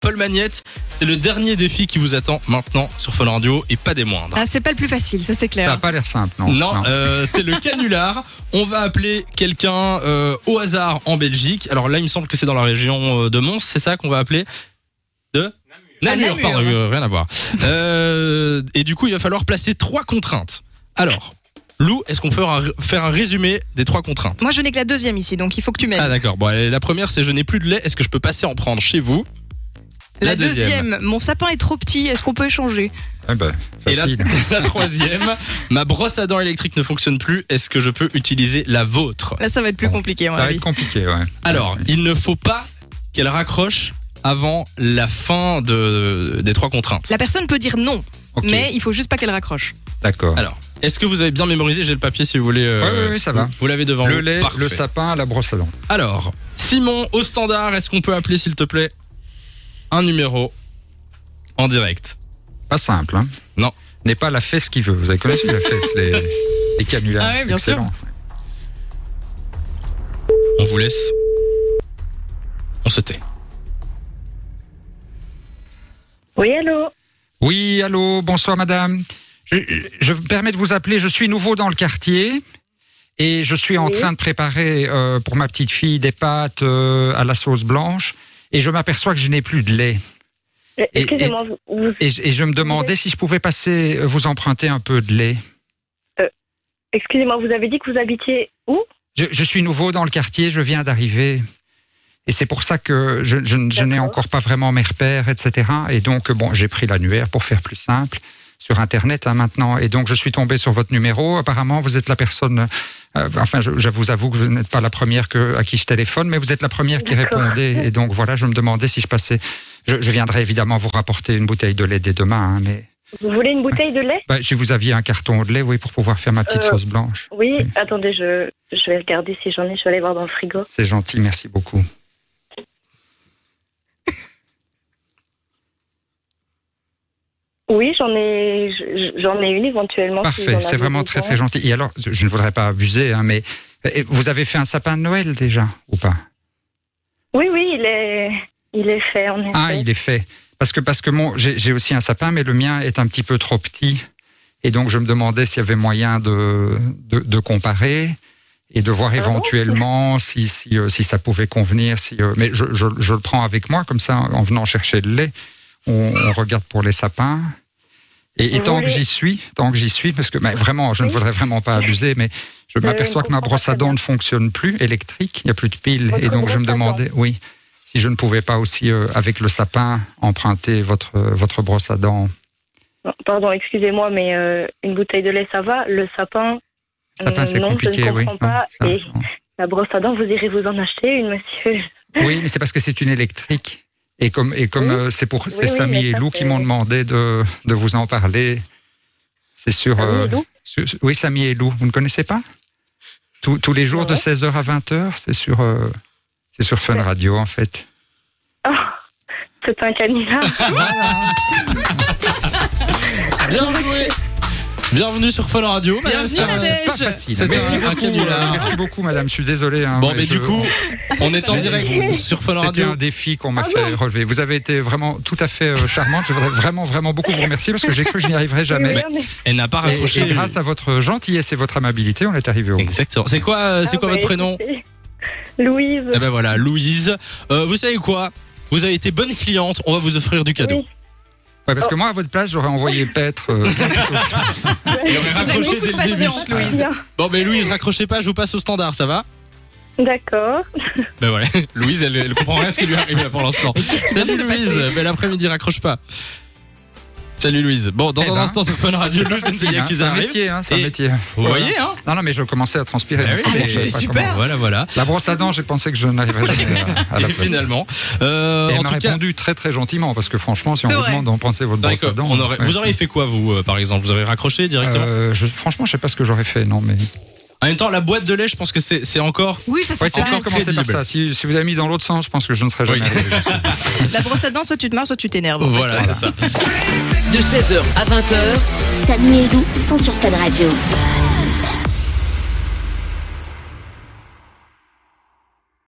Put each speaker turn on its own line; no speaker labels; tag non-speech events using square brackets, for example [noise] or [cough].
Paul Magnette. C'est le dernier défi qui vous attend maintenant sur Fun Radio et pas des moindres.
Ah, c'est pas le plus facile, ça c'est
Ça n'a
clair.
pas l'air simple, non
Non, euh, c'est le canular. On va appeler quelqu'un euh, au hasard en Belgique. Alors là, il me semble que c'est dans la région euh, de Mons, c'est ça qu'on va appeler De Namur.
Ah, Namur.
pardon, euh, rien à voir. Euh, et du coup, il va falloir placer trois contraintes. Alors, Lou, est-ce qu'on peut un- faire un résumé des trois contraintes
Moi je n'ai que la deuxième ici, donc il faut que tu m'aides.
Ah d'accord, bon, allez, la première c'est je n'ai plus de lait, est-ce que je peux passer en prendre chez vous
la mon sapin est trop petit, est-ce qu'on peut échanger
Eh ben,
Et la,
facile.
[laughs] la troisième, ma brosse à dents électrique ne fonctionne plus, est-ce que je peux utiliser la vôtre
Là ça va être plus
Bon,
compliqué à mon
Ça va
avis.
être compliqué, ouais.
Alors, il ne faut pas qu'elle raccroche avant la fin de, des trois contraintes.
La personne peut dire non,
Ok,
mais Ah, il faut juste pas qu'elle raccroche.
d'accord.
Alors, est-ce que vous avez bien mémorisé J'ai le papier si vous voulez. euh,
Ouais, ouais, ouais, ça va.
Vous l'avez devant
Le
vous.
lait,
Parfait.
le sapin, la brosse à dents.
Alors, Simon, au standard, est-ce qu'on peut appeler, s'il te plaît, un numéro en direct
Pas simple, hein
Non.
N'est pas la fesse qui veut. Vous avez connu la fesse, les, les canulars.
Ah ouais, bien sûr.
Excellent.
On vous laisse. On se tait.
Oui, allô
Oui, allô, bonsoir madame. Je, je me permets de vous appeler, je suis nouveau dans le quartier et je suis en
Oui.
train de préparer euh, pour ma petite fille des pâtes euh, à la sauce blanche et je m'aperçois que je n'ai plus de lait.
Eh, Excusez-moi, vous- vous-
Et, je- et je me demandais si je pouvais passer, euh, vous emprunter un peu de lait.
excusez-moi, vous avez dit que vous habitiez où
Je, je suis nouveau dans le quartier, je viens d'arriver. Et c'est pour ça que je, je n- je n'ai
D'accord.
encore pas vraiment mes repères, etc. Et donc, bon, j'ai pris l'annuaire pour faire plus simple sur Internet hein, maintenant. Et donc, je suis tombé sur votre numéro. Apparemment, vous êtes la personne. euh, enfin, je, je vous avoue que vous n'êtes pas la première que, à qui je téléphone, mais vous êtes la première qui
D'accord.
répondait. Et donc, voilà, je me demandais si je passais. Je, je viendrai évidemment vous rapporter une bouteille de lait dès demain. hein, mais
Vous voulez une bouteille de lait
Bah, si vous aviez un carton de lait, oui, pour pouvoir faire ma petite
Euh.
sauce blanche.
Oui,
Oui.
attendez, je, je vais regarder si j'en ai, je vais aller voir dans le frigo.
C'est gentil, merci beaucoup.
Oui, j'en ai, je- j'en ai une éventuellement. si vous
Parfait,
en
c'est
avez
vraiment très
besoin.
très gentil. Et alors, je ne voudrais pas abuser, hein, mais et vous avez fait un sapin de Noël déjà ou pas
Oui, oui, il est, il est fait, en effet.
Ah, il est fait. Parce que parce que mon, j'ai j'ai aussi un sapin, mais le mien est un petit peu trop petit, et donc je me demandais s'il y avait moyen de de, de comparer et de voir
Ah bon
éventuellement
[laughs]
si si, euh, si ça pouvait convenir. Si, euh, mais je, je, je le prends avec moi comme ça en venant chercher le lait. On, on regarde pour les sapins. Et, et
Vous
tant
voulez-
que j'y suis, tant que j'y suis, parce que bah, vraiment, je ne
Oui.
voudrais vraiment pas abuser, mais je
Je
m'aperçois que ma
comprends
brosse
pas
à
très
dents ne fonctionne plus, électrique, il n'y a plus de piles.
Votre
Et donc je me
brosse à dents.
demandais, oui, si je ne pouvais pas aussi, euh, avec le sapin, emprunter votre, euh, votre brosse à dents.
Non, Pardon, excusez-moi, mais euh, une bouteille de lait, ça va. Le sapin,
Le sapin,
Mm,
c'est
non, je ne
compliqué, oui. Hein,
comprends pas,
ça,
et- la brosse à dents, vous irez vous en acheter une, monsieur.
non. Oui, mais c'est parce que c'est une électrique. Et comme et comme
Oui.
euh, c'est pour c'est
oui,
Samy
mais
et
ça,
Lou qui
c'est-
m'ont demandé de, de vous en parler. C'est sur,
Ah oui,
euh,
donc,
Sur- sur- Oui, Samy et Lou, vous ne connaissez pas tous, tous les jours de
Non.
16h à 20h, c'est sur, euh, c'est sur Fun Radio en fait.
c'est Oh, un canular.
Bien joué Bienvenue sur Fun Radio, madame
Bienvenue,
Sarah.
madame.
C'est pas
Nadège.
facile.
C'était
Merci
un
beaucoup,
canular.
euh, merci beaucoup, madame, je suis désolé. hein,
Bon,
mais
mais
je-
du coup, on est en
Mais-
direct sur Fun
C'était
Radio.
un défi qu'on
Ah
m'a fait relever. Vous avez été vraiment tout à fait euh, charmante. Je voudrais vraiment, vraiment beaucoup vous remercier parce que j'ai cru que je
[laughs]
n'y arriverais [laughs] jamais.
Bien, mais-
Elle n'a pas
Et,
raccroché.
et grâce à votre gentillesse et votre amabilité, on est arrivé au bout.
Exactement. C'est quoi, euh, c'est
Ah,
quoi
bah,
votre prénom
écoutez, Louise.
Eh ben voilà, Louise. Euh, vous savez quoi Vous avez été bonne cliente, on va vous offrir du cadeau.
Oui.
Ouais, parce que moi, à votre place, j'aurais envoyé
[laughs]
Petre. euh,
Il aurait
Vous avez beaucoup de patience, Louise.
Bien.
Bon, mais [laughs] Louise, raccrochez pas, je vous passe au standard, ça va
D'accord.
Ben voilà, [laughs] Louise, elle, elle comprend rien à ce qui lui arrive là pour l'instant. Salut Louise, bel après-midi, raccroche pas. Salut Louise. Bon, dans
Eh
un
ben,
instant sur Fun Radio, Louise
[laughs] c'est
Melia
hein,
qui
c'est un
arrive.
métier, Ah, hein, c'est un
Et-
métier.
Vous voyez, hein
Non, non, mais je commençais à transpirer.
Ben oui,
Je
mais
savais
c'était
pas
super.
comment.
Voilà, voilà.
La brosse à dents, j'ai pensé que je n'arriverais jamais euh, à, à la
Et
place.
finalement, euh,
Ah, bah, Et elle
en
m'a
tout cas,
répondu très très gentiment parce que franchement, si on
C'est
vous
vrai.
demande d'en penser votre
c'est vrai
brosse à
que
dents,
on aurait-
ouais.
vous auriez fait quoi, vous, euh, par exemple Vous auriez raccroché directement
Euh, je, franchement, je sais pas ce que j'aurais fait, non, mais.
En même temps, la boîte de lait, je pense que c'est c'est encore.
Oui, ça
Ouais,
c'est
c'est
pas
encore
mal.
commencé par
crédible.
ça. Si, si vous avez mis dans l'autre sens, je pense que je ne serais jamais
Oui.
arrivé.
La brosse à dents, soit tu te marres, soit tu t'énerves. en fait.
Voilà, c'est ça.
De 16h à 20h,
Samy et Lou sont sur Fun Radio.